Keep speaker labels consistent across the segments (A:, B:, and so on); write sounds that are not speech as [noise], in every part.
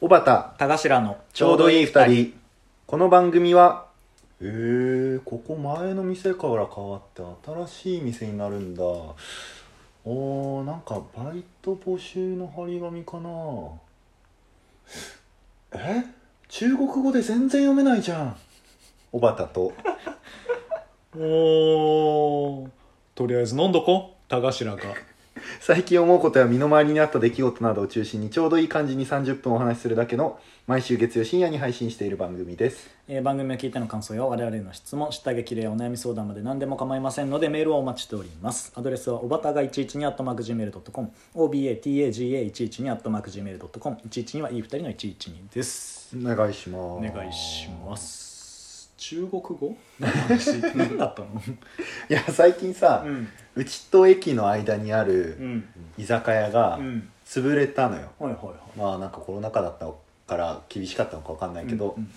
A: 小畑
B: 田頭の
A: ちょうどいい二
B: 人
A: 人この番組はえー、ここ前の店から変わって新しい店になるんだおーなんかバイト募集の張り紙かなえ中国語で全然読めないじゃん小畑と
B: おーとりあえず飲んどこ田頭が
A: [laughs] 最近思うことや身の回りにあった出来事などを中心にちょうどいい感じに30分お話しするだけの毎週月曜深夜に配信している番組です
B: えー番組を聞いての感想や我々への質問下激励やお悩み相談まで何でも構いませんのでメールをお待ちしておりますアドレスはおばたが112 at markgmail.com obatagaga112 at markgmail.com 112はいい2人の112です
A: お願いします
B: お願いします中国語の話何だったの
A: いや最近さ、
B: う
A: うんちと駅の間にあ
B: う
A: る
B: ん
A: 居酒屋が
B: うん
A: 潰れたのよ、
B: はいはいはい
A: まあなんかコロナ禍だったから厳しかったのか分かんないけど、
B: うんうん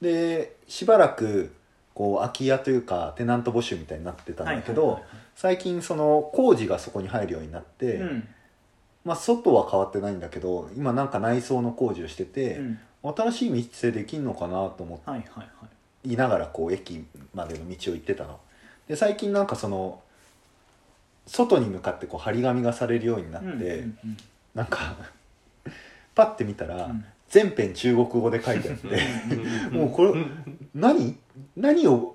A: でしばらくこう空き家というかテナント募集みたいになってたんだけど、
B: はいはいはい
A: 最近その工事がそこに入るようになって、
B: うん
A: まあ、外は変わってないんだけど今なんか内装の工事をしてて
B: う、ん
A: 新しい店できんのかなと思
B: はいはいはい
A: いながらこう駅までの道を行ってたの。で最近なんかその外に向かってこう張り紙がされるようになって、
B: うんうん
A: なんかパッて見たら、
B: うん
A: 全編中国語で書いてあってもうこれ何何を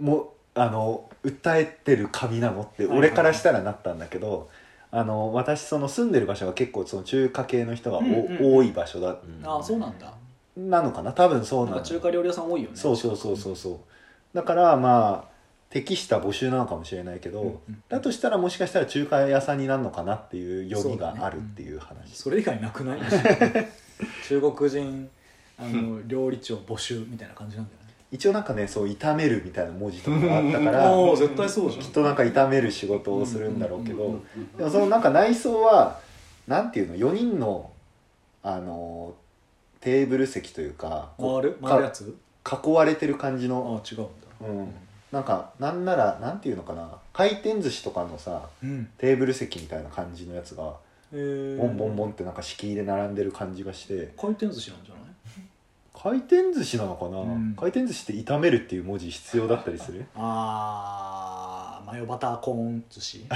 A: もあの訴えてる紙なのって
B: はいはいはい
A: 俺からしたらなったんだけど、あの私その住んでる場所が結構その中華系の人がお、
B: うんうん
A: 多い場所だ
B: うんああそうなんだ
A: なのかな多分そう
B: な
A: なんの
B: か中華料理屋さん多いよね
A: そうそうそうそうそうだからまあ適した募集なのかもしれないけど、
B: うんうん
A: だとしたらもしかしたら中華屋さんになるのかなっていう読みがあるっていう話
B: それ以外な
A: [laughs]
B: くない中国人あの料理長募集みたいな感じなんだよね
A: 一応なんかねそう炒めるみたいな文字とかがあった
B: [laughs]
A: から
B: ああ絶対そうじゃん
A: きっとなんか炒める仕事をするんだろうけ
B: うんうん
A: どでもそのなんか内装はなんていうの4人のあのテーブル席というか
B: 回
A: こ
B: る
A: う
B: 回るやつ
A: か囲われてる感じ
B: ああ
A: の、
B: 違うんだ
A: うん、なんかなんならなんていうのかな回転寿司とかのさ
B: うん
A: テーブル席みたいな感じのやつが
B: えー
A: ボンボンボンってなんか敷居で並んでる感じがして
B: 回転寿司なんじゃない
A: 回転寿司なのかな、
B: うん
A: 回転寿司って炒めるっていう文字必要だったり
B: [laughs]
A: する
B: ああマヨバターコーン寿司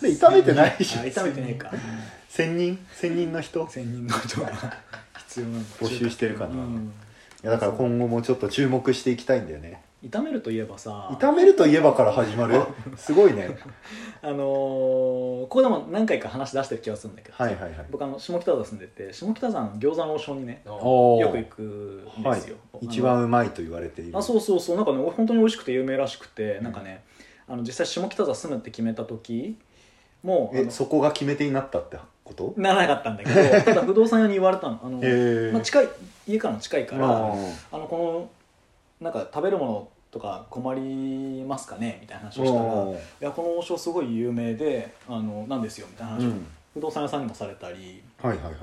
A: で炒めてないでしょ
B: あ炒めてねえか
A: 千人千人の人
B: 千人の人が必要なの
A: 募集してるかな
B: うん
A: いやだから今後もちょっと注目していきたいんだよね
B: 炒めるといえばさ
A: 炒めるといえばから始まるすごいね
B: あのーここでも何回か話出してる気がするんだけどさ
A: はいはいはい
B: 僕あの下北沢住んでて下北沢の餃子の王将にね
A: おー
B: よく行くん [laughs] ですよ、あの
A: 一番うまいと言われている
B: あそうそうそうなんかね本当に美味しくて有名らしくて、なんかねあの実際下北沢住むって決めた時もあ
A: え
B: の
A: そこが決め手になったってこと
B: ならなかったんだけ
A: [laughs]
B: どただ不動産屋に言われたのあの、
A: へえ
B: まあ、近い家からも近いから、
A: あ
B: あのこのなんか食べるものとか困りますかねみたいな話をしたら「
A: お
B: い
A: ー
B: やこの王将すごい有名であのなんですよ」みたいな
A: う
B: 話を、
A: ん
B: 不動産屋さんにもされたり
A: はいはいはい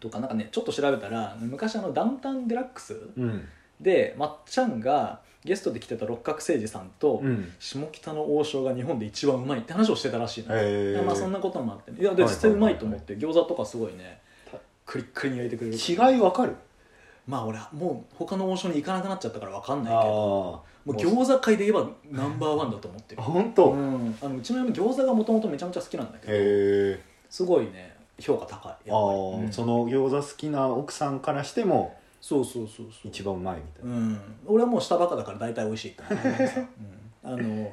B: とかなんかねちょっと調べたら昔あのダウンタウンデラックス
A: うん
B: でまっちゃんがゲストで来てた六角誠児さんと、
A: うん
B: 下北の王将が日本で一番うまいって話をしてたらしいの、
A: へえ
B: まあそんなこともあって、ね、いやで
A: はいはいはいはい
B: 実際うまいと思って、餃子とかすごいねクリックリに焼いてくれる
A: 違いわかる
B: まあ俺はもう他の王将に行かなくなっちゃったから分かんない
A: ああ
B: けどもう餃子界で言えばナンバーワンだと思ってる
A: あ、 [laughs] 本
B: う
A: 当へ
B: ん、あのうちの嫁餃子がもともとめちゃめちゃ好きなんだけど、
A: え
B: すごいね評価高いやっぱり
A: ああ
B: うん
A: その餃子好きな奥さんからしても
B: そうそうそうそう
A: 一番うまいみたいな
B: うん、俺はもう下バカだから大体美味しいって
A: [laughs]
B: 思うけどさうんあの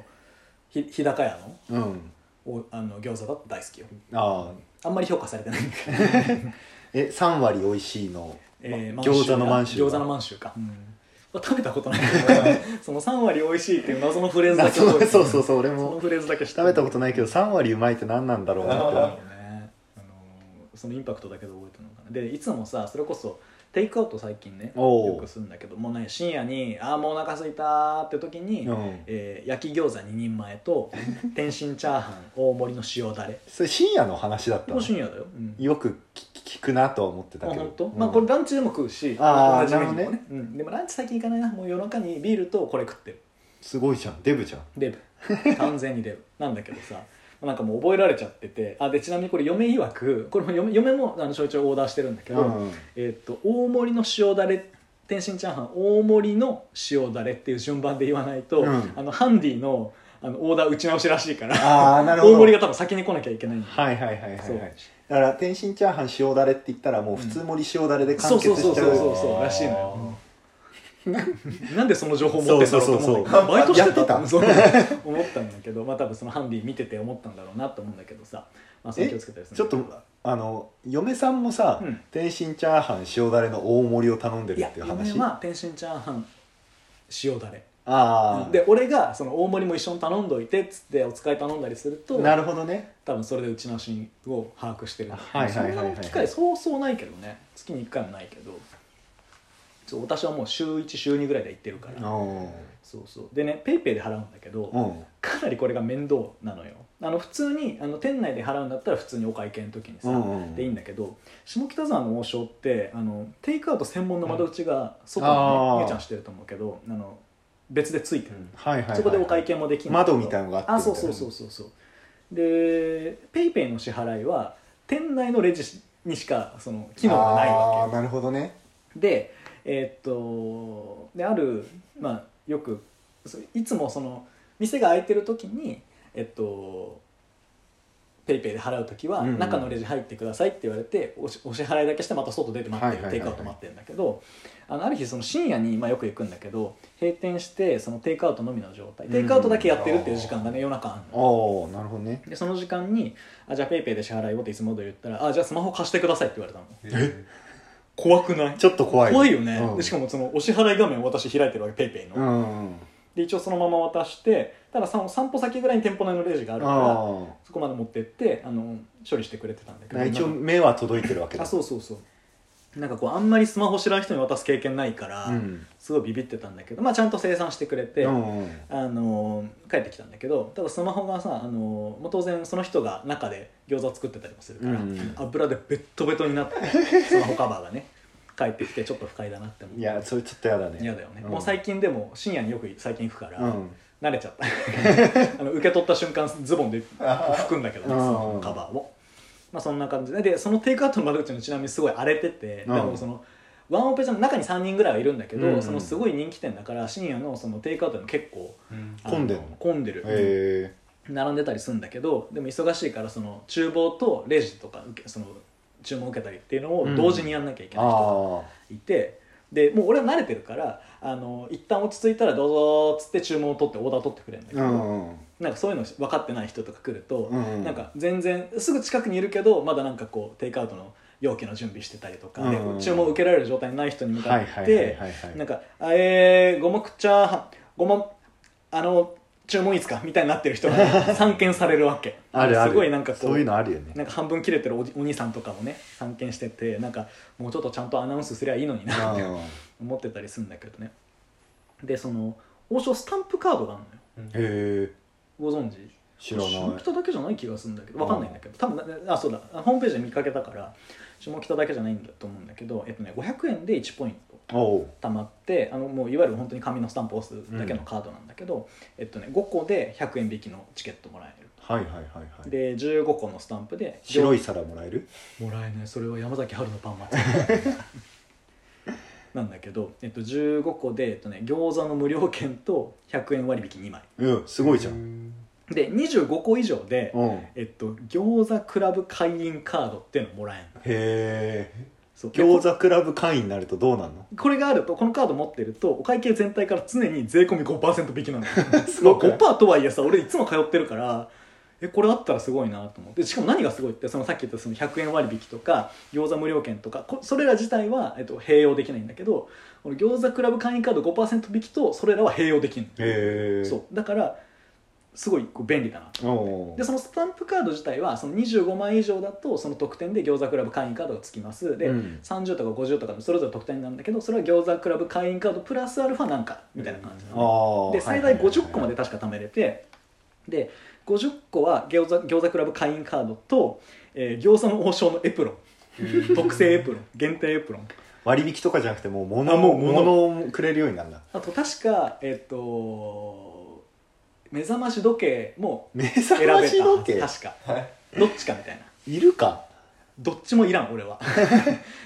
B: ひ日高屋の
A: うん
B: おあの餃子だって大好きよ
A: ああ
B: あんまり評価されてないんだけ
A: [laughs]
B: ど、
A: え3割美味しいの
B: えー
A: ま餃子の満州
B: 餃子の満州か、まあ食べたことないけ
A: [laughs]
B: どその3割美味しいっていう謎のフレーズだ
A: あ
B: け覚
A: そう
B: えて
A: そうそうそう俺
B: その
A: も
B: フレーズだけ知って
A: 食べたことないけど3割うまいって何なんだろう
B: な
A: なっ
B: ん
A: て
B: だろうねあのそのインパクトだけで覚えてるのかなでいつもさそれこそテイクアウト最近ね
A: おう
B: よくするんだけどもうね深夜に「ああもうお腹空いた」って時に、
A: うん
B: えー焼き餃子2人前
A: [laughs]
B: と天津チャーハン大盛りの塩だれ
A: それ深夜の話だった
B: も
A: の
B: う深夜だよ、うん
A: よく聞聞くなとは思って
B: あ
A: たけど
B: 本当、
A: うん
B: まあこれランチでも食うし
A: あー
B: 同じメニューも
A: なる
B: うん、でもランチ最近行かないなもう夜中にビールとこれ食ってる
A: すごいじゃんデブじゃん [laughs]
B: デブ完全にデブなんだけどさなんかもう覚えられちゃっててあでちなみにこれ嫁曰くこれも嫁嫁もあの焼酎をオーダーしてるんだけど、
A: うん
B: えーっと大盛りの塩だれ天津チャーハン大盛りの塩だれっていう順番で言わないと、
A: うん
B: あのハンディのあのオーダー打ち直しらしいから
A: ああな
B: 大
A: るほど
B: 盛りが多分先に来なきゃいけないんだよ
A: はいはいはいはい、
B: そう
A: はい、だから天津チャーハン塩だれって言ったらもう普通盛り塩だれで完
B: そう
A: 結
B: そうそう
A: しちゃ
B: そう
A: う
B: そうそうらしいのよなんでその情報
A: 報
B: 持
A: 持
B: っ
A: ってて
B: ん
A: ん
B: だ
A: だ
B: ろ
A: ろ
B: う
A: う
B: と
A: と
B: 思
A: 思
B: う
A: うんん
B: だ
A: だけど
B: けど [laughs] バイト
A: やって
B: してた
A: た
B: そう思ったんだけどまあ多分そのハンディ見てて思ったんだろうなと思うんだけどさまあそれ気をつけたりする
A: ちょっとあの嫁さんもさ、
B: うん
A: 天津チャーハン塩だれの大盛りを頼んで
B: い
A: る
B: や
A: っていう
B: 嫁
A: 話
B: は天津チャーハン塩だれ
A: ああ
B: で俺がその大盛りも一緒に頼んどいてっつってお使い頼んだりすると
A: なるほどね
B: 多分それでうちのシーンを把握してる
A: はいはいはいはいはい
B: そんな機会そうそうないけどね月に1回もないけどそう私はもう週1週2ぐらいで行ってるから
A: うん
B: そうそうでねペイペイで払うんだけど、
A: うん
B: かなりこれが面倒なのよあの普通にあの店内で払うんだったら普通にお会計の時にさ、
A: うんうん
B: でいいんだけど下北沢の王将ってあのテイクアウト専門の窓口が外
A: あ
B: に
A: ー
B: ねゆうちゃんしてると思うけどあの別でついてる、
A: はいはいはい
B: そこでお会計もできる
A: 窓みたいのがあって
B: あそうそうそうそうそうでペイペイの支払いは店内のレジにしかその機能がないわけ
A: あーなるほどね
B: でえーっとである、まあ、よくそういつもその店が開いてる時にえっとペイペイで払う時は
A: うんうん
B: 中のレジ入ってくださいって言われておしお支払いだけしてまた外出て待って
A: は
B: る
A: いはいはいはい
B: テイクアウト待ってるんだけどあのある日その深夜に、まあ、よく行くんだけど閉店してそのテイクアウトのみの状態テイクアウトだけやってるっていう時間がね夜中あんの
A: ああなるほどね
B: でその時間に「あじゃあペイペイで支払いを」っていつも通り言ったら「あじゃあスマホ貸してください」って言われたの怖くない
A: ちょっと怖い
B: 怖いよね、
A: うん
B: でしかもそのお支払い画面を私開いてるわけ PayPay の、
A: うんうん
B: で一応そのまま渡してただその散歩先ぐらいに店舗内のレジがあるから
A: あ
B: そこまで持ってってあの処理してくれてたんだけ
A: あ
B: ど
A: 一応
B: なんか
A: 目は届いてるわけだ
B: あそうそうそうなんかこうあんまりスマホ知らん人に渡す経験ないから、
A: うん
B: すごいビビってたんだけど、まあ、ちゃんと生産してくれて、
A: うんうん
B: あのー帰ってきたんだけどただスマホがさ、あのーもう当然その人が中で餃子作ってたりもするから、
A: うん
B: 油でベットベトになってスマホカバーがね帰ってきてちょっと不快だなって思う
A: いやそれちょっとやだね
B: 嫌だよね、
A: ん
B: もう最近でも深夜によく最近行くから、
A: うん
B: 慣れちゃった [laughs] あの受け取った瞬間ズボンで拭くんだけどね
A: うん
B: スマホのカバーを、まあ、そんな感じででそのテイクアウトの窓口のちなみにすごい荒れてて、
A: うん
B: でもそのワンオペじゃん中に3人ぐらいはいるんだけど、
A: うんうん
B: そのすごい人気店だから深夜のそのテイクアウトでも結構あの
A: 混んでるの
B: 混んでる、
A: へ
B: 並んでたりするんだけどでも忙しいからその厨房とレジとか受けその注文受けたりっていうのを同時にやんなきゃい
A: え
B: け
A: あ
B: ない人が
A: あ
B: いてでもう俺は慣れてるからあの一旦落ち着いたらどうぞっつって注文を取ってオーダー取ってくれるんだけ
A: う
B: ど、
A: んうん
B: なんかそういうの分かってない人とか来ると、
A: うん
B: なんか全然すぐ近くにいるけどまだなんかこうテイクアウトの容器の準備してたりとか、で
A: うん
B: 注文を受けられる状態にない人に向か
A: はい
B: っ
A: はいはい
B: て
A: はいはい
B: なんか「あえー、五目チャーハン五目あの注文いつか?」みたいになってる人
A: [laughs]
B: がね散見されるわけ
A: あるある
B: すごいなんかこう
A: そういうのあるよね
B: なんか半分切れてるおじお兄さんとかもね散見しててなんかもうちょっとちゃんとアナウンスすりゃいいのになって
A: うん
B: 思ってたりするんだけどねでその王将スタンプカードがあるのよ
A: へえ
B: ご存知
A: 知らない
B: 下北だけじゃない気がするんだけどわかんないんだけど多分なあそうだホームページで見かけたから下北だけじゃないんだと思うんだけど、えっとね、500円で1ポイント
A: おう
B: 貯まってあのもういわゆる本当に紙のスタンプを押すだけのカードなんだけど、えっとね、5個で100円引きのチケットもらえる、
A: はいはいはいはい
B: で15個のスタンプで
A: 白
B: い
A: い皿もらえる
B: もらえないそれは山崎春のパン祭り [laughs] なんだけど、えっと、15個で、えっとね、餃子の無料券と100円割引2枚
A: うんすごいじゃん
B: で25個以上で、
A: うんへ
B: えっと、餃子クラブ会員カードっていうのもらえんの
A: え
B: そうで
A: 餃
B: こ
A: 子クラブ会員になるとどうなんの
B: これがあるとこのカード持ってるとお会計全体から常に税込み5%引きなの
A: [laughs] す
B: まあ
A: ごくない
B: 5%とはいえさ俺いつも通ってるからえこれあったらすごいなと思ってしかも何がすごいってそのさっき言ったその100円割引とか餃子無料券とかこそれら自体は、えっと、併用できないんだけどこの餃子クラブ会員カード5%引きとそれらは併用できる
A: へえ
B: そうだからすごいこう便利だな
A: うおう
B: でそのスタンプカード自体はその25枚以上だとその特典で餃子クラブ会員カードがつきますで、
A: うん
B: 30とか50とかのそれぞれ特典なんだけどそれは餃子クラブ会員カードプラスアルファなんかみたいな感じなの、
A: ああ
B: で最大50個まで確か貯めれてで50個は餃子餃子クラブ会員カードと、えー餃子の王将のエプロン特製エプロン限定エプロン
A: 割引とかじゃなくてもう物
B: あも
A: も
B: う物
A: 物をくれるようになるんだ
B: あと確かえっ、と目覚まし時計も
A: 目
B: 選
A: 覚
B: べたは
A: ま
B: ず
A: し時計
B: 確か
C: はい
B: どっちかみたいない
A: るか
B: どっちもいらん
A: [laughs]
B: 俺は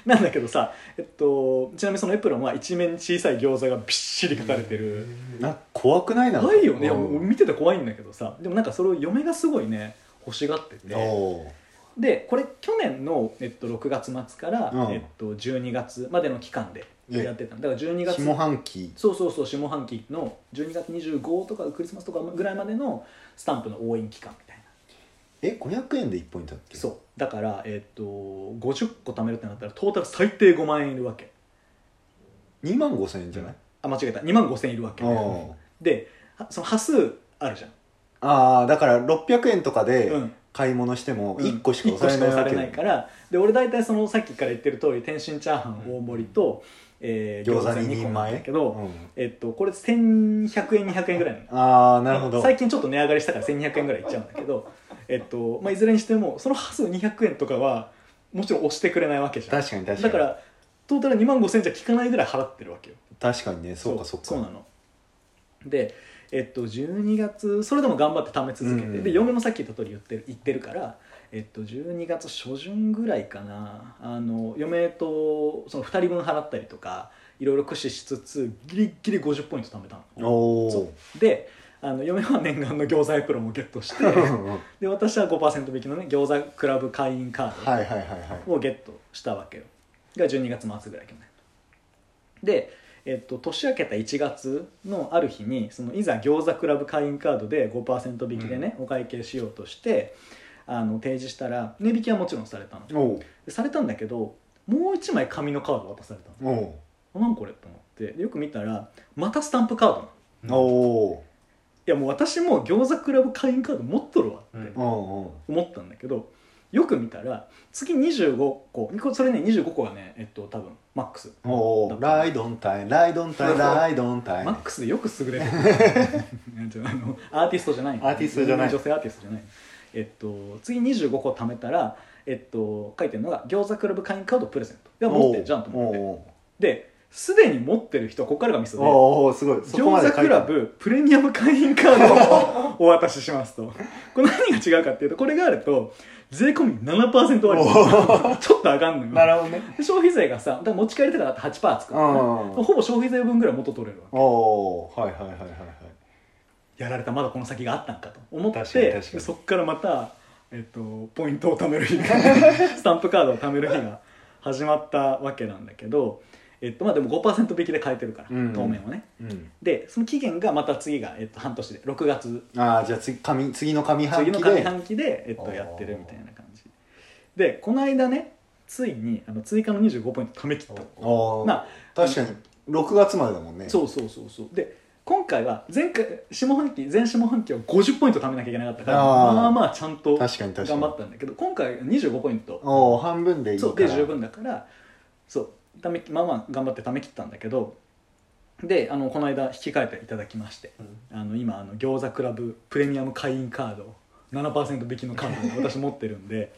B: なんだけどさ、えっと、ちなみにそのエプロンは一面小さい餃子がびっしり書かれてる
A: なんか怖くないな
B: 怖いよね、いや
A: う
B: もうん見てて怖いんだけどさでもなんかそれを嫁がすごいね欲しがってて
A: おー
B: でこれ去年の、えっと、6月末から、
A: うん
B: えっと、12月までの期間で
A: え
B: やってたのだから12月
A: 下半期
B: そうそうそう下半期の12月25とかクリスマスとかぐらいまでのスタンプの応援期間みたいな
A: え500円で1ポイントだっけ
B: そうだから、えっと50個貯めるってなったらトータル最低5万円いるわけ
A: 2万5千円じゃない
B: あ間違えた2万5千いるわけ
A: うん
B: ではその端数あるじゃん、
A: ああだから600円とかで
B: うん
A: 買い物しても
B: うん
A: 1個しか
B: 一個
A: 押
B: し
A: され
B: か押
A: ないわ
B: され
A: け
B: ないからで俺大体そのさっきから言ってる通り天津チャーハン大盛りと、えー
A: 餃子
B: 2
A: 2人前
B: だけど、
A: うん
B: えっと、これ1100円200円ぐらいなの
A: ああなるほど
B: 最近ちょっと値上がりしたから1200円ぐらいいっちゃうんだけど、えっとまあ、いずれにしてもその端数200円とかはもちろん押してくれないわけじゃん
A: 確かに確か
B: だ
A: に
B: からトータル2万5000円じゃ効かないぐらい払ってるわけよ
A: 確かにねそうかそうか
B: そうなのでえっと12月それでも頑張って貯め続けて、
A: うん
B: で嫁もさっき言った通り言ってる言ってるからえっと12月初旬ぐらいかなあの嫁とその2人分払ったりとかいろいろ駆使しつつギリギリ50ポイント貯めたの
A: お
B: そ
A: お
B: うであの嫁は念願の餃子エプロンをゲットして
A: [laughs] [laughs] はい
B: で私は5%引きのね餃子クラブ会員カード
A: はいはいはい
B: をゲットしたわけよが12月末ぐらい去年で、えっと、年明けた1月のある日にそのいざ餃子クラブ会員カードで5%引きでね、お会計しようとしてあの提示したら値引きはもちろんされたの
A: おう
B: でされたんだけどもう1枚紙のカード渡された
A: おう
B: のなんこれと思ってでよく見たらまたスタンプカードなの
A: おお
B: いやもう私も餃子クラブ会員カード持っとるわって
A: うんうん
B: 思ったんだけど、よく見たら次25個これそれね25個がねえっと多分マックス
A: おおライドンタイライドンタイライドンタイ
B: マックスでよく優
A: [laughs]
B: れてるなんていうのあのアーティストじゃない
A: アーティストじゃない
B: 女性アーティストじゃないえっと次25個貯めたらえっと書いてるのが餃子クラブ会員カードプレゼントで持ってるじゃんと思って
A: お
B: ですでに持ってる人はここからがミソ
A: お
B: で
A: おおすごいそこまで
B: 餃子
A: 書
B: ク
A: いてあ
B: ラ
A: る
B: ブプレミアム会員カードをお渡しします
A: [laughs]
B: とこれ何が違うかっていうとこれがあると税込み7%
A: [laughs]
B: 割引ちょっと上がんのよ
A: なるほどね
B: で消費税がさだから持ち帰りとかだって8%つくからね
A: うん
B: ほぼ消費税分ぐらい元取れるわけ
A: おおはいはいはいはいはい
B: やられたまだこの先があったんかと思っ
A: 確かに
B: て
A: 確かに
B: でそっからまた、えっと、ポイントを貯め
A: [laughs]
B: る日がスタンプカードを貯める日が始まったわけなんだけど、えっとまあ、でも5%引きで買えてるから、
A: うん
B: 当面はね
A: うん、
B: でその期限がまた次が、えっと、半年で6月
A: ああじゃあ次上次の
B: [laughs]
A: 上半期
B: 次
A: で
B: の上半期で、えっ
C: あ
B: と、
C: ー
B: やってるみたいな感じでこの間ねついにあの追加の25ポイント貯め切った
A: おお
B: まあ
A: 確かに6月までだもんね
B: そうそうそうそうで今回は前回下半期前下半期は50ポイント貯めなきゃいけなかったから
A: あー
B: まあまあちゃんと頑
A: 確かに確かに
B: 張ったんだけど今回は25ポイント
A: おお半分でいいか
B: そう
A: ら
B: で十分だからそうためまあまあ頑張って貯め切ったんだけどであのこの間引き換えていただきましてあの今あの餃子クラブプレミアム会員カードを7%引きのカー
A: [laughs]
B: ドを私持ってるんで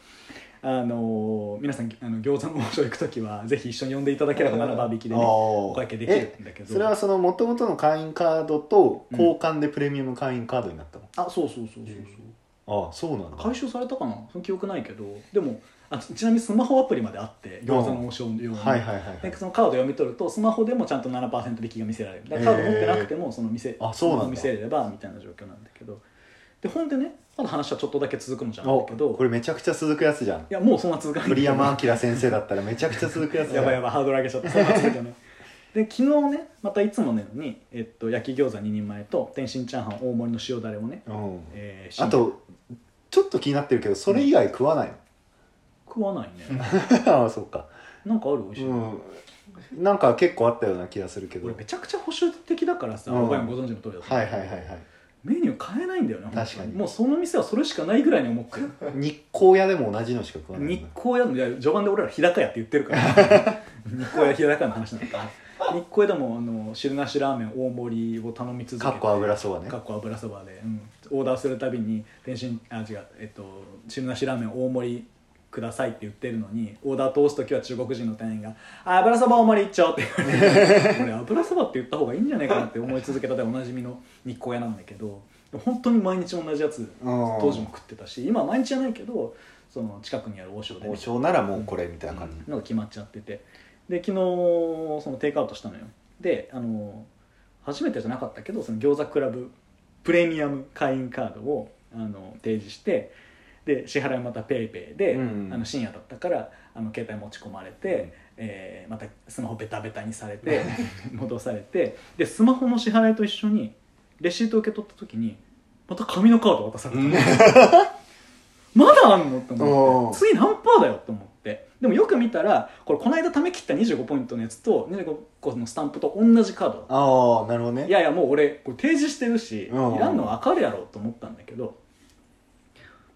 B: あのー皆さんあの餃子の王将行く時はぜひ一緒に呼んでいただければ7%引きでね
A: お
B: お会計できるんだけど
A: それはその元々の会員カードと交換でプレミアム会員カードになったの、
B: あそうそうそうそうそう、
A: ああそうなんだ
B: 回収されたかなその記憶ないけどでもあちなみにスマホアプリまであって餃子の王将用に、
A: はいはいはいはい
B: でそのカード読み取るとスマホでもちゃんと7%引きが見せられるだからカード持ってなくてもその見せ、
A: あそうなんだ
B: 見せればみたいな状況なんだけどでほんでねまだ話はちょっとだけ続くのじゃない
A: お
B: んだけど
A: これめちゃくちゃ続くやつじゃん
B: いやもうそんな続かない
A: 鳥山明先生だったらめちゃくちゃ続くやつじゃ
B: [laughs] や
A: ん
B: ばいやばいハードル上げちゃったそ [laughs] んな続かないで昨日ねまたいつものように、えっと、焼き餃子2人前と天津チャーハン大盛りの塩だれをね、
A: うん、
B: えー
A: あとちょっと気になってるけどそれ以外食わない
B: 食わな
A: [laughs]
B: いね
A: の、ああそうか
B: なんかある美味しい、
A: うんなんか結構あったような気がするけど
B: 俺
A: はい
B: めちゃくちゃ保守的だからさ、
A: うん
B: おばあご存知の通りだと
A: はいはいはい
B: メニュー変えないんだよね
A: 確かに
B: 本当もうその店はそれしかないぐらいに思ってる
A: 日光屋でも同じのしか食わない
B: 日
A: んだ
B: 光屋のいや序盤で俺ら日高屋って言ってるから
A: [laughs]
B: 日光屋日高屋の話なんだから日光屋でもあの汁なしラーメン大盛りを頼み続け
A: か
B: て
A: っこ油そばね
B: かっこ油そばで、うんオーダーするたびに天津あ違うえっと汁なしラーメン大盛りくださいって言ってるのにオーダー通す時は中国人の店員が「あ油そば大盛り一丁」って言わ
A: [laughs]
B: れて俺油そばって言った方がいいんじゃないかなって思い続けたでおなじみの日光屋なんだけど本当に毎日同じやつ当
A: 当
B: 時も食ってたし今は毎日じゃないけどその近くにある王将でね、
A: 王将ならもうこれみたいな感じ、
B: のが決まっちゃっててで昨日そのテイクアウトしたのよであの初めてじゃなかったけどその餃子クラブプレミアム会員カードをあの提示してで支払いまた PayPay ペイペイで、
A: うん
B: あの深夜だったからあの携帯持ち込まれて、えーまたスマホベタベタにされて
A: [laughs]
B: 戻されてでスマホの支払いと一緒にレシートを受け取った時にまた紙のカード渡され
A: [laughs]
B: たの、
A: うん
B: まだあんのって思
A: お
B: っ
A: ー
B: て次何パーだよって思ってでもよく見たらこれこの間ため切った25ポイントのやつと25個のスタンプと同じカードだった
A: ああなるほどね
B: いやいやもう俺これ提示してるしい
A: うん
B: らんの分かるやろと思ったんだけど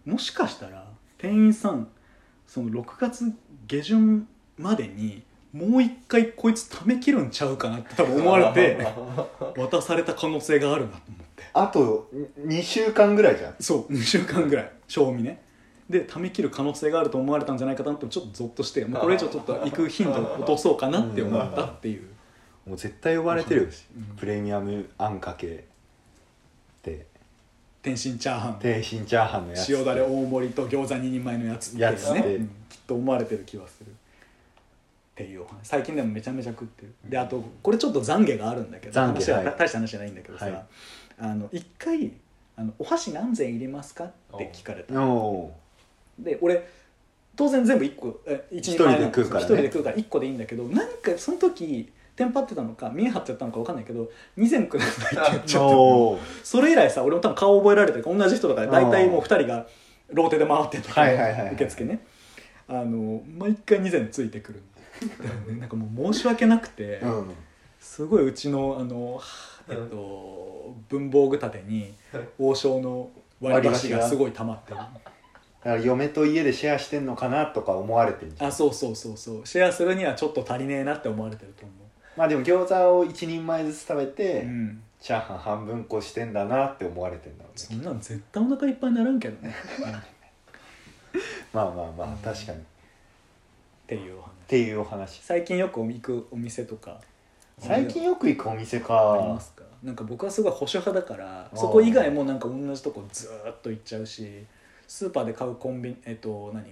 B: もしかしたら店員さんその6月下旬までにもう一回こいつため切るんちゃうかなって多分思われて渡された可能性があるなと思って
A: [laughs] あと2週間ぐらいじゃん
B: そう2週間ぐらい賞味ねでため切る可能性があると思われたんじゃないかなとちょっとゾッとしてもうこれ以上ちょっと行く頻度を落とそうかなって思ったっていう
A: もう絶対呼ばれてるよ
B: うん
A: プレミアムあんかけで
B: 天津チャーハン
A: 天津チャーハンのやつ
B: 塩だれ大盛りと餃子2人前のやつっていう
A: やつね
B: うんきっと思われてる気はするっていうお話最近でもめちゃめちゃ食ってるであとこれちょっと懺悔があるんだけど
A: 懺悔
B: 話は
A: はい
B: 大した話じゃないんだけどさ、
A: はい
B: あの一回あの「お箸何膳いりますか?」って聞かれた
A: おお
B: で俺当然全部1個え一人前なんですよ
A: 一人
B: 一人
A: で
B: で
A: 食
B: 食うから1個でいいんだけどなんかその時テンパってたのか見え張っちゃったのか分かんないけど2膳くださいって言っちゃった
A: おお
B: それ以来さ俺も多分顔覚えられてるから同じ人だから大体もう2人がローテで回ってんだけど、
A: はいはいはいはい
B: 受付ねあの毎回2膳ついてくるだからねなんかもう申し訳なくて、
A: うん
B: すごいうちのあの、えっと、文房具立てに王将の割り箸がすごい溜まってる
A: だから嫁と家でシェアしてんのかなとか思われてるじゃん
B: あそうそうそうそうシェアするにはちょっと足りねえなって思われてると思
A: まあでも餃子を1人前ずつ食べて、
B: う、うん、
A: チャーハン半分こしてんだなって思われてんだろう
B: そ
A: ね
B: んなん絶対お腹いっぱいにならんけどねうんっ
A: まあまあまあ
B: うん
A: 確かにって
B: いうお話
A: ていうお話
B: 最近よく行くお店とか
A: 最近よく行くお店
B: ありま
A: か
B: すかなんか僕はすごい保守派だから
A: ー
B: そこ以外もなんか同じとこずーっと行っちゃうしスーパーで買うコンビニえっと何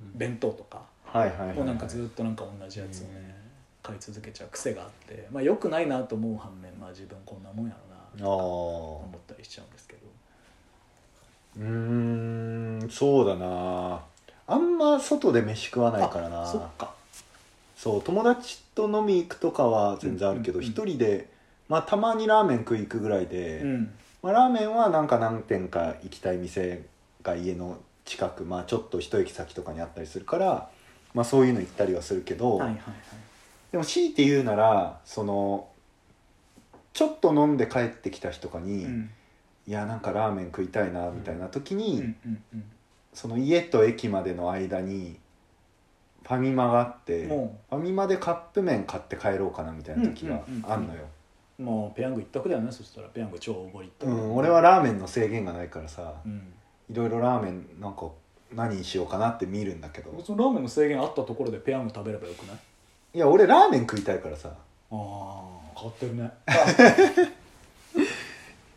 B: 弁当とか
A: はいはいはい
B: もうなんかずーっとなんか同じやつをね買い続けちゃう癖があってまあ良くないなと思う反面まあ自分こんなもんやろ
A: あ
B: なと
A: あ
B: 思ったりしちゃうんですけど
A: うーんそうだなあんま外で飯食わないからな
B: あそっか
A: そう友達と飲み行くとかは全然あるけど
B: うんうんうん
A: 一、人でまあたまにラーメン食い行くぐらいで、
B: うん
A: まあ、ラーメンはなんか何店か行きたい店が家の近くまあちょっと一駅先とかにあったりするからまあそういうの行ったりはするけど、
B: はいはいはい
A: でも強いて言うならそのちょっと飲んで帰ってきた日とかに、
B: うん
A: いやなんかラーメン食いたいなみたいな時に、
B: うんうん
A: その家と駅までの間にファミマがあって
B: うん
A: フ
B: も
A: ァミマでカップ麺買って帰ろうかなみたいな時があんのよ、
B: うもうペヤング一択だよねそしたらペヤング超大盛り一
A: う
B: 択
A: ん俺はラーメンの制限がないからさ
B: うん
A: いろいろラーメンなんか何にしようかなって見るんだけど
B: そのラーメンの制限あったところでペヤング食べればよくない
A: いや俺ラーメン食いたいからさ
B: ああ変わってるね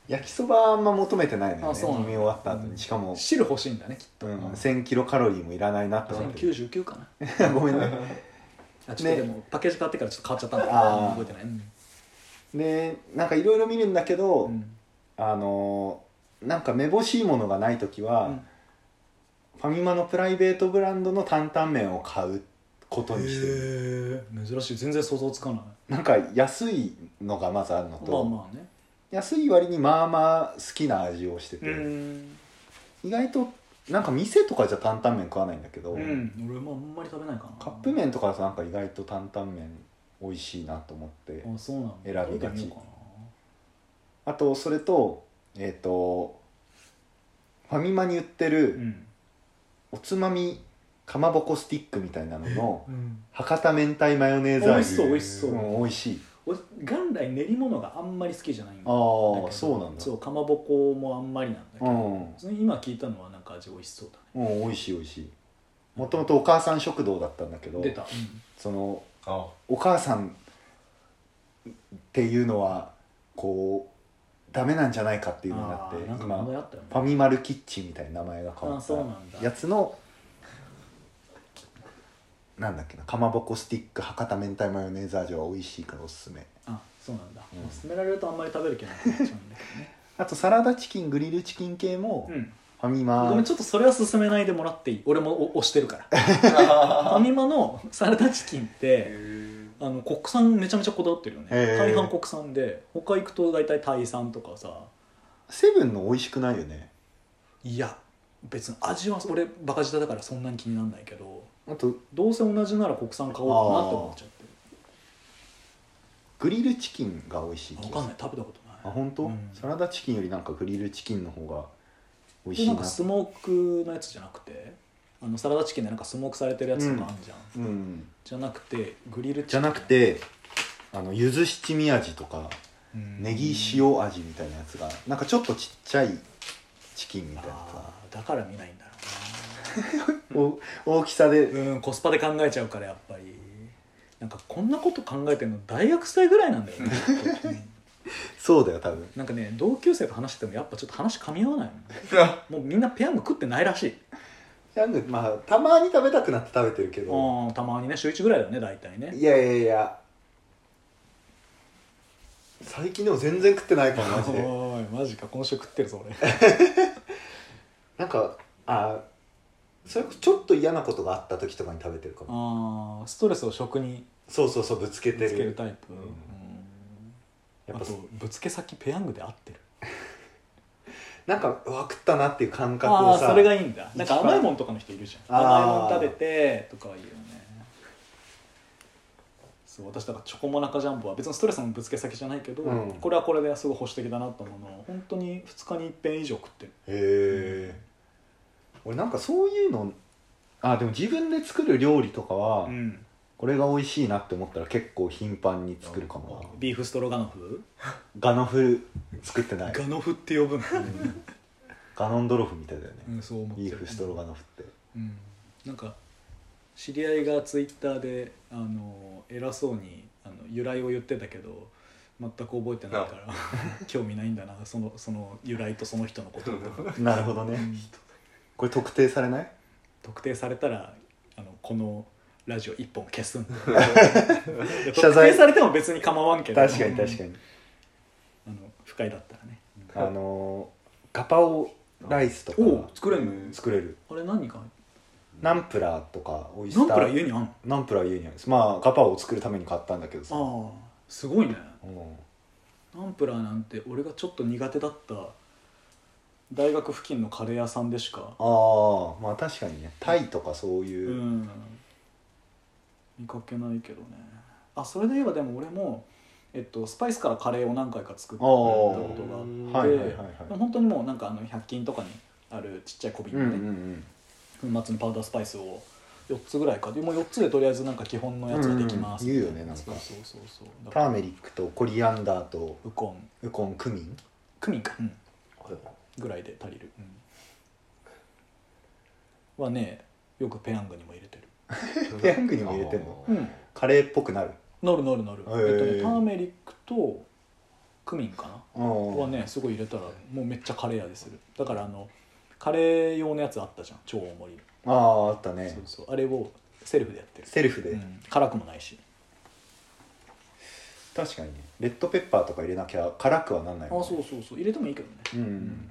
A: 焼きそばはあんま求めてないのよ
B: あ
A: ね
B: そうな
A: 飲
B: ん
A: み
B: だ
A: 終わった後にしかも、
B: 汁欲しいんだねきっと、
A: うん、
B: うん
A: 1000キロカロリーもいらないなって思ってる
B: 1099か
A: [laughs]
B: な
A: ごめんね
B: あちょっとでも、パッケージ変わってからちょっと変わっちゃったんだ
A: あー
B: 覚えてないうん
A: でなんかいろいろ見るんだけど、
B: うん
A: あのーなんかめぼしいものがない時は、ファミマのプライベートブランドの担々麺を買うことにしてる
B: へえ珍しい全然想像つかない
A: なんか安いのがまずあるのと、
B: まあまあね
A: 安い割にまあまあ好きな味をしてて、
B: うん、
A: 意外となんか店とかじゃ担々麺食わないんだけど、
B: うん、俺もあんまり食べないかな
A: カップ麺とかはさなんか意外と担々麺美味しいなと思って
B: あそうなん
A: 選
B: だ
A: びがち
B: 食べてみようか
A: あとそれとえっ、とファミマに売って
B: な
A: るおつまみかまぼこスティックみたいなのの
B: うん、うん
A: 博多明太マヨネーズ味
B: 美味しそう美味しそうん
A: 美味しい
B: 俺元来練り物があんまり好きじゃないんだ
A: あ
B: け
A: あ
B: ど
A: そうなんだ
B: そうかまぼこもあんまりなんだけ
A: う
B: ど、
A: ん
B: それ今聞いたのはなんか味美味しそうだね
A: うん美味しい美味しいもともとお母さん食堂だったんだけど
B: 出た、
A: その
C: あ
A: お母さんっていうのはこうダメなんじゃないかっていうのがあっ
B: あ
A: て
B: ーなんか
A: 今
B: 問
A: フ
B: 題あったよね
A: ァミマルキッチンみたいな名前が変わ
B: あ
A: っ
B: そうなんだ
A: たやつのなんだっけなかまぼこスティック博多明太マヨネーズ味は美味しいからおすすめ
B: あそうなんだ、
A: うん
B: まあ勧められるとあんまり食べる気なくなっちゃうんだ
A: あとサラダチキングリルチキン系も
B: け
A: [laughs]
B: どね、
A: ファミ
B: うん、
A: マ
B: ごめんちょっとそれは勧めないでもらっていい俺
A: [laughs]
B: もお押してるからファミマのサラダチキンってあの国産めちゃめちゃこだわってるよね
A: へー
B: 大半国産で他行くと大体タイ産とかさ
A: セブンの美味しくないよね
B: いや別に味は俺バカ舌だからそんなに気にならないけど
A: あと
B: どうせ同じなら国産買おうかなって思っちゃって
A: グリルチキンが美味しい気がす
B: 分
A: る
B: かんない食べたことない
A: あ本当、
B: うん
A: サラダチキンよりなんかグリルチキンの方が美味
B: で
A: しい
B: な
A: なん
B: かスモークのやつじゃなくてあのサラダチキンでなんかスモークされてるやつとかあるじゃん、
A: うん
B: じゃなくてグリルチキン
A: じゃなく、てあの柚子七味味とか
B: うん
A: ネギ塩味みたいなやつがなんかちょっとちっちゃいチキンみたいな
B: あーだから見ないんだろ
A: さお大きさ
B: う
A: で
B: なうんコスパで考えちゃうからやっぱりなんかこんなこと考えてるの大学生ぐらいなんだよね
A: [laughs]
B: うん
A: そうだよ
B: [laughs]
A: 多分
B: なんかね同級生と話しててもやっぱちょっと話噛み合わないもんもうみんなペヤング食ってないらしい
A: ヤングまあたまに食べたくなって食べてるけど
B: うんたまにね週1ぐらいだよね大体ね
A: いやいやいや最近でも全然食ってないかもマジで
B: おーいマジか今週食ってるぞ俺
A: [laughs] なんかあそれこそちょっと嫌なことがあった時とかに食べてるかも
B: ああストレスを食に
A: そうそうそうぶつけて
B: ぶ
A: る
B: つけるタイプ、
A: うん
B: うん
A: やっ
B: あ
A: ぱ
B: とぶつけ先ペヤングで合ってる
A: なんかうわ食ったなっていう感覚
B: あ
A: を
B: あー
A: さ
B: それがいいんだ
A: 一
B: な
A: 番
B: んか甘いもんとかの人いるじゃん
A: あー
B: 甘いもん食べてとかいいよねそう私だからチョコモナカジャンボは別にストレスのぶつけ先じゃないけど、
A: うん
B: これはこれですごい保守的だなと思うのを本当に2日に一遍以上食ってる
A: へえ、俺なんかそういうのあでも自分で作る料理とかは、
B: ん
A: これが美味しいなって思ったら結構頻繁に作るかもな
B: ビーフストロガノフ
A: ガノフ作ってない
B: ガノフって呼ぶの、
A: ガノンドロフみたいだよね、
B: うん、そう思って
A: ビ
B: る
A: ーフストロガノフって
B: うん、なんか知り合いがツイッターであの偉そうにあの由来を言ってたけど全く覚えてないから [laughs] 興味ないんだなそのその由来とその人のこととか
A: なるほどね
B: うん
A: これ特定されない
B: 特定されたらあのこのラジオ一本消す [laughs] んだいや
A: 謝罪
B: 特定されても別に構わんけど
A: 確かに確かに、
B: あの不快だったらね
A: あのーガパオライスとか
B: おう作れんの
A: 作れる
B: あれ何か
A: ナンプラーとかオイスタ
B: ナ
A: ー
B: ンプラー家にあんの
A: ナンプラー家にあるんですまあガパオを作るために買ったんだけどさ
B: ああすごいね
A: うん
B: ナンプラーなんて俺がちょっと苦手だった大学付近のカレー屋さんでしか
A: ああまあ確かにねタイとかそういうう、
B: ん見かけないけどねあそれで言えばでも俺も、えっと、スパイスからカレーを何回か作ったことがあって
A: はいはいはいはい
B: でも本当にもうなんかあの100均とかにあるちっちゃい小瓶
A: うんう
B: のね、
A: ん
B: 粉末のパウダースパイスを4つぐらいかでもう4つでとりあえずなんか基本のやつができます
A: うんうん言うよねなんか
B: そうそうそうそう
A: うんターメリックとコリアンダーと
B: ウコン
A: ウコンクミン
B: クミンか、うん、ぐらいで足りる、はねよくペヤングにも入れてる
A: ペヤングにも入れてんの
B: うん
A: カレーっぽくなる
B: なるなるなる、
A: へえ
B: えっとね、ターメリックとクミンかな、
A: あー
B: はねすごい入れたらもうめっちゃカレー味するだからあのカレー用のやつあったじゃん超大盛り、
A: あーあったね
B: そうそうあれをセルフでやってる、
A: セルフで、
B: うん辛くもないし
A: 確かにねレッドペッパーとか入れなきゃ辛くはなんな
B: あ
A: い
B: そ
A: もん
B: う
A: ね
B: そうそう入れてもいいけどね、
A: うん、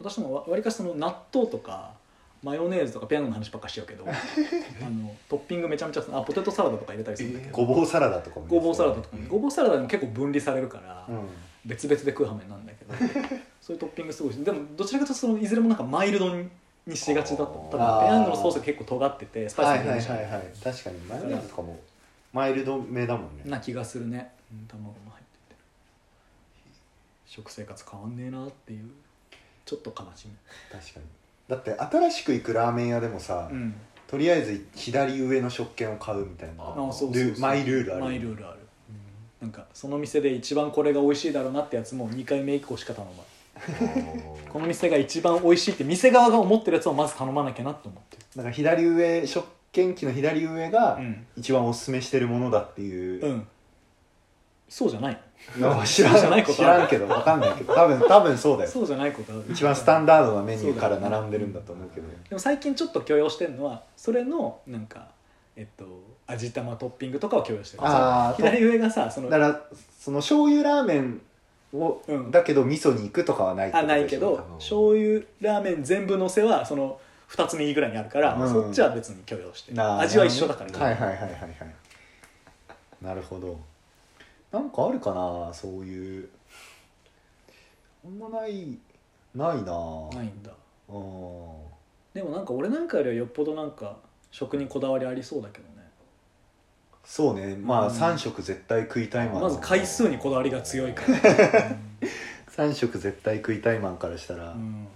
B: 私もわわりかしその納豆とかマヨネーズとかペヤングの話ばっかりしちゃうけ [laughs] どあのトッピングめちゃめちゃあポテトサラダとか入れたりするんだけど、
A: ごぼうサラダとかもいい
B: ご
A: ね
B: ぼうサラダとかもごぼうサラダでも結構分離されるから、
A: うん
B: 別々で食うはめなんだけどそういうトッピングすごいしでもどちらかというとそのいずれもなんかマイルドにしがちだった多分
A: あー
B: ペヤングのソースが結構尖っててスパ
A: は
B: イ
A: い
B: ス
A: はい
B: がいじゃ
A: は
B: ん
A: いはい確かにマヨネーズとかもマイルドめだもんね
B: な気がするね、うん卵も入ってて食生活変わんねえなっていうちょっと悲しみ
A: 確かにだって新しく行くラーメン屋でもさ、
B: うん
A: とりあえず左上の食券を買うみたいな
B: あそうそうそう
A: ルーマイルールある
B: マイルールあるなんかその店で一番これが美味しいだろうなってやつも2回目以降しか頼まないこの店が一番美味しいって店側が思ってるやつをまず頼まなきゃなと思ってる
A: なんか左上食券機の左上が
B: うん
A: 一番おすすめしてるものだっていううん
B: そうじゃない
A: なんか知らん
B: 知らないこと
A: 知らんけどわかんないけど多分多分そうだよ
B: そうじゃないことある
A: 一番スタンダードなメニューから並んでるんだと思うけど
B: でも最近ちょっと許容してるのはそれのなんかえっと味玉トッピングとかを許容してる
A: あー
B: そう左上がさその
A: だからその醤油ラーメンを、
B: うん
A: だけど味噌に行くとかはないってこ
B: あ
A: と
B: ないけ
A: でしょ
B: ど醤油ラーメン全部のせはその2つ右ぐらいにあるから、
A: うん
B: そっちは別に許容して
A: な
B: 味は一緒だから、
A: はいはいはいはいはいなるほどなんかあるかなそういうあんまないないな
B: ないいんだ
A: あー
B: でもなんか俺なんかよりはよっぽどなんか食にこだわりありそうだけどね
A: そうねま
B: う
A: あ
B: ん
A: 3食絶対食いたいマン
B: まず回数にこだわりが強いから、
A: [laughs] 3食絶対食いたいマンからしたら、
B: うん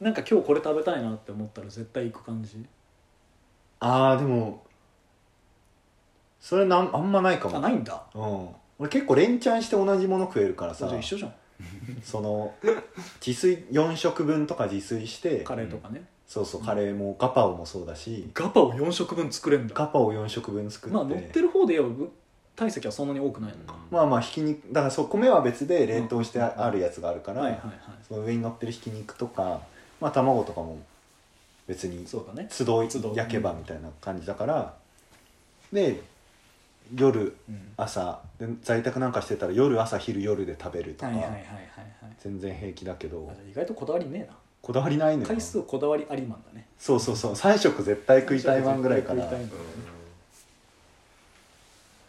B: なんか今日これ食べたいなって思ったら絶対行く感じ
A: ああでもそれなんあんまないかも
B: あないんだ
A: うん、俺結構連チャンして同じもの食えるから
B: じゃ
A: さ
B: あ一緒じゃん
A: その自炊4食分とか自炊して
B: カレーとかね、
A: そうそうカレーもガパオもそうだし
B: ガパを4食分作れんだ
A: ガパオ4食分作って,、
B: まあ乗ってる方で言えば分体積はそんなに多くないのか、
A: まあまあひき肉だからそう米は別で冷凍してああるやつがあるから、
B: はいはいはい
A: その上に乗ってるひき肉とか、まあ、卵とかも別に
B: そうだね
A: 集
B: 集
A: い
B: い
A: 焼けばみたいな感じだからで夜
B: うん
A: 朝で在宅なんかしてたら夜朝昼夜で食べるとか、
B: はいはいはいはいはい
A: 全然平気だけど
B: あじゃあ意外とこだわりねえな
A: こだわりないのよ
B: 回数こだわりありマンだね
A: そうそうそう3食絶対食いたいマンぐらいかな
B: 食いたいマンだね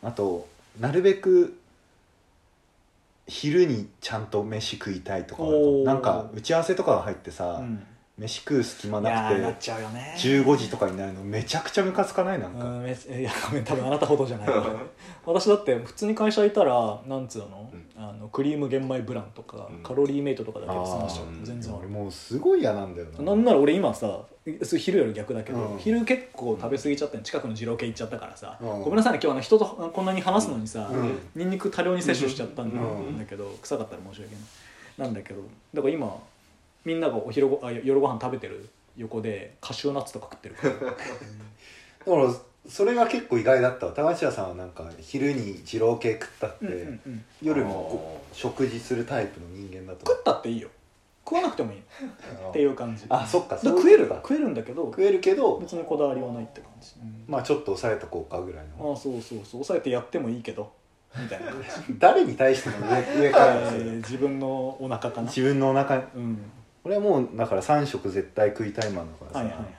A: あとなるべく昼にちゃんと飯食いたいとかはあるかも
B: おー
A: なんか打ち合わせとかが入ってさ、
B: うん
A: 飯食う隙間
B: いや
A: な
B: ーな
A: く
B: っちゃうよね
A: て15時とかになるのめちゃくちゃムカつかないなん
B: う
A: か
B: んめっちゃいやごめん多分あなたほどじゃ
A: [laughs]
B: ない私だって普通に会社いたらなんつうの,、
C: うん
B: あのクリーム玄米ブランとか、
C: うん
B: カロリーメイトとかだけで済
A: あ
B: ましちゃう
C: ー
B: 全然あ
A: 俺
B: る
A: もうすごい嫌なんだよな
B: なんなら俺今さそう昼より逆だけど、
A: うん
B: 昼結構食べ過ぎちゃって近くの二郎系行っちゃったからさ、
A: うん
B: ごめんなさいね今日あの人とこんなに話すのにさ、
A: うん
B: ニンニク多量に摂取しちゃったんだ,、
A: うん
B: けど臭かったら申し訳ないなんだけどだから今みんながお昼ごあ夜ご飯食べてる横でカシューナッツとか食ってるから
A: だからそれが結構意外だったわ高橋さんはなんか昼に二郎系食ったって、
B: うんうんうん
A: 夜もこう食事するタイプの人間だと
B: 食ったっていいよ食わなくてもいいっていう感じ
A: あそっか
B: だ
A: そういう
B: 食える
A: ことか
B: 食えるんだけど
A: 食えるけど
B: 別にこだわりはないって感じ、うん
A: まあちょっと抑えとこうかぐらい
B: あ
A: の
B: あそうそうそう抑えてやってもいいけどみたいな感じ
A: 誰に対しても
B: [laughs]
A: 上上からです
B: えー
A: よ
B: 自分のお腹かな
A: 自分のお腹に
B: うん
A: 俺はもうだから3食絶対食いたいマンだからさ、
B: はいはいはいはい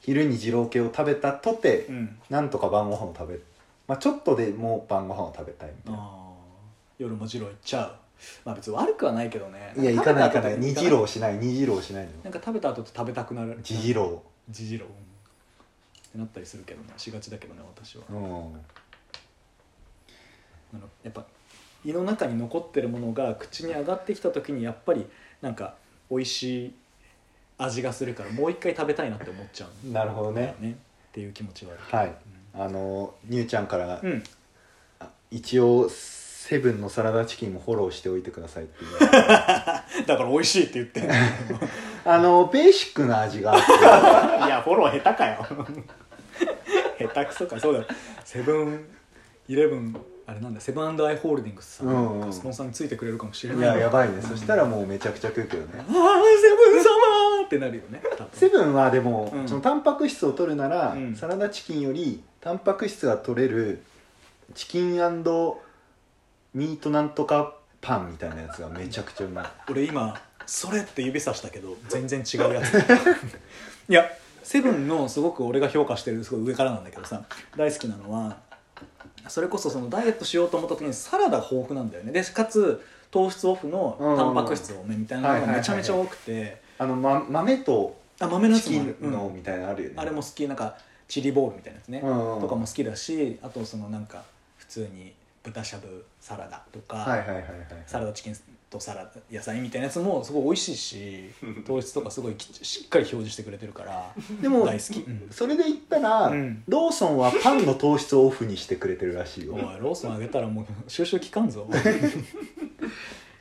A: 昼に二郎系を食べたとて、
B: うん
A: なんとか晩ご飯を食べまあちょっとでもう晩ご飯を食べたいみたいな
B: あー夜も二郎行っちゃうまあ別に悪くはないけどね
A: いや行かない行かない
B: 食べ
A: 二
B: た後
A: 二郎しない二二郎しないの
B: なんか食べた後って食べたくなる
A: 二二郎
B: じじろうってなったりするけどねしがちだけどね私は
A: うん
B: あのやっぱ胃の中に残ってるものが口に上がってきた時にやっぱりなんか美味しい味がするからもう一回食べたいなって思っちゃう
A: なるほどね
B: ねっていう気持ちはある
A: はいあのニューちゃんから、
B: うん
A: あ一応セブンのサラダチキンもフォローしておいてくださいって言われ
B: [laughs]
A: て
B: だから美味しいって言ってんの
A: あのベーシックな味があって
B: いやフォロー下手かよ下手くそかそうだよセブンイレブンあれなんだセブンアイ・ホールディングスさ、
A: うんうん
B: スポンサーについてくれるかもしれない
A: いややばいねそしたらもうめちゃくちゃ食うけどね
B: ああセブン様ってなるよね多分
A: セブンはでも、
B: うん
A: そのタンパク質を取るなら、
B: うん
A: サラダチキンよりタンパク質が取れるチキンミートなんとかパンみたいなやつがめちゃくちゃうまい
B: 俺今それって指さしたけど全然違うやつ [laughs] いやセブンのすごく俺が評価してるすごい上からなんだけどさ大好きなのはそれこそそのダイエットしようと思った時にサラダ豊富なんだよねでかつ糖質オフのタンパク質多めみたいなのがめちゃめちゃ多くて
A: あの、ま、豆と
B: あ豆のや
A: チ
B: つ
A: キ
B: もあ
A: ン
B: る、うん
A: のみたいなのあるよね、
B: あれも好きなんかチリボールみたいなやつね、
A: うんうん
B: とかも好きだしあとそのなんか普通に豚しゃぶサラダとか、
A: はいはいはいはい
B: サラダチキンとサラダ野菜みたいなやつもすごい美味し
A: [laughs]
B: いし糖質とかすごいきしっかり表示してくれてるから
A: でも
B: 大好き、うん
A: それで言ったら、
B: うん
A: ローソンはパンの糖質をオフにしてくれてるらしいよ
B: おいローソンあげたらもう収集期
A: [laughs]
B: 間ぞ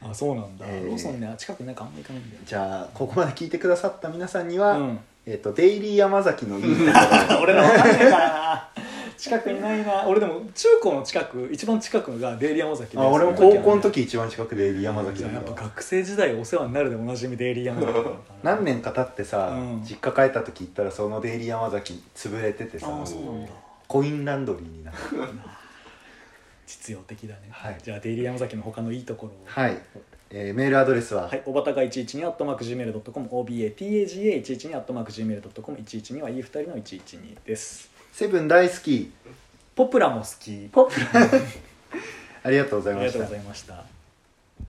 B: あそうなんだ、
A: ええ
B: ローソンね近くになんかあんま行かないんだよ
A: じゃあここまで聞いてくださった皆さんには、
B: うん
A: えっとデイリー山崎のいいところ
B: 俺らわかんねえからな [laughs] 近くにないな俺でも中高の近く一番近くのがデイリー山崎で
A: あ俺も高校の時一番近くで山崎
B: じゃ
A: だ
B: あやっ
A: っ
B: ぱ
A: た
B: 学生時代お世話になるでおなじみデイリー山崎だった
A: 何年か経ってさ、
B: うん
A: 実家帰った時行ったらそのデイリー山崎潰れててさ
B: ああそうなんだ
A: コインランドリーになってた
B: 実用的だね、
A: はい
B: じゃあデイリー山崎の他のいいところを
A: はい、えーメールアドレスは、
B: はい、おばたが112 at mark gmail.com obataga112 at mark gmail.com 112はいい二人の112です
A: セブン大好き
B: ポプラも好きポプラ
A: ありがとうござ
B: あ
A: いま
B: りが
A: し
B: とう
A: た
B: ございました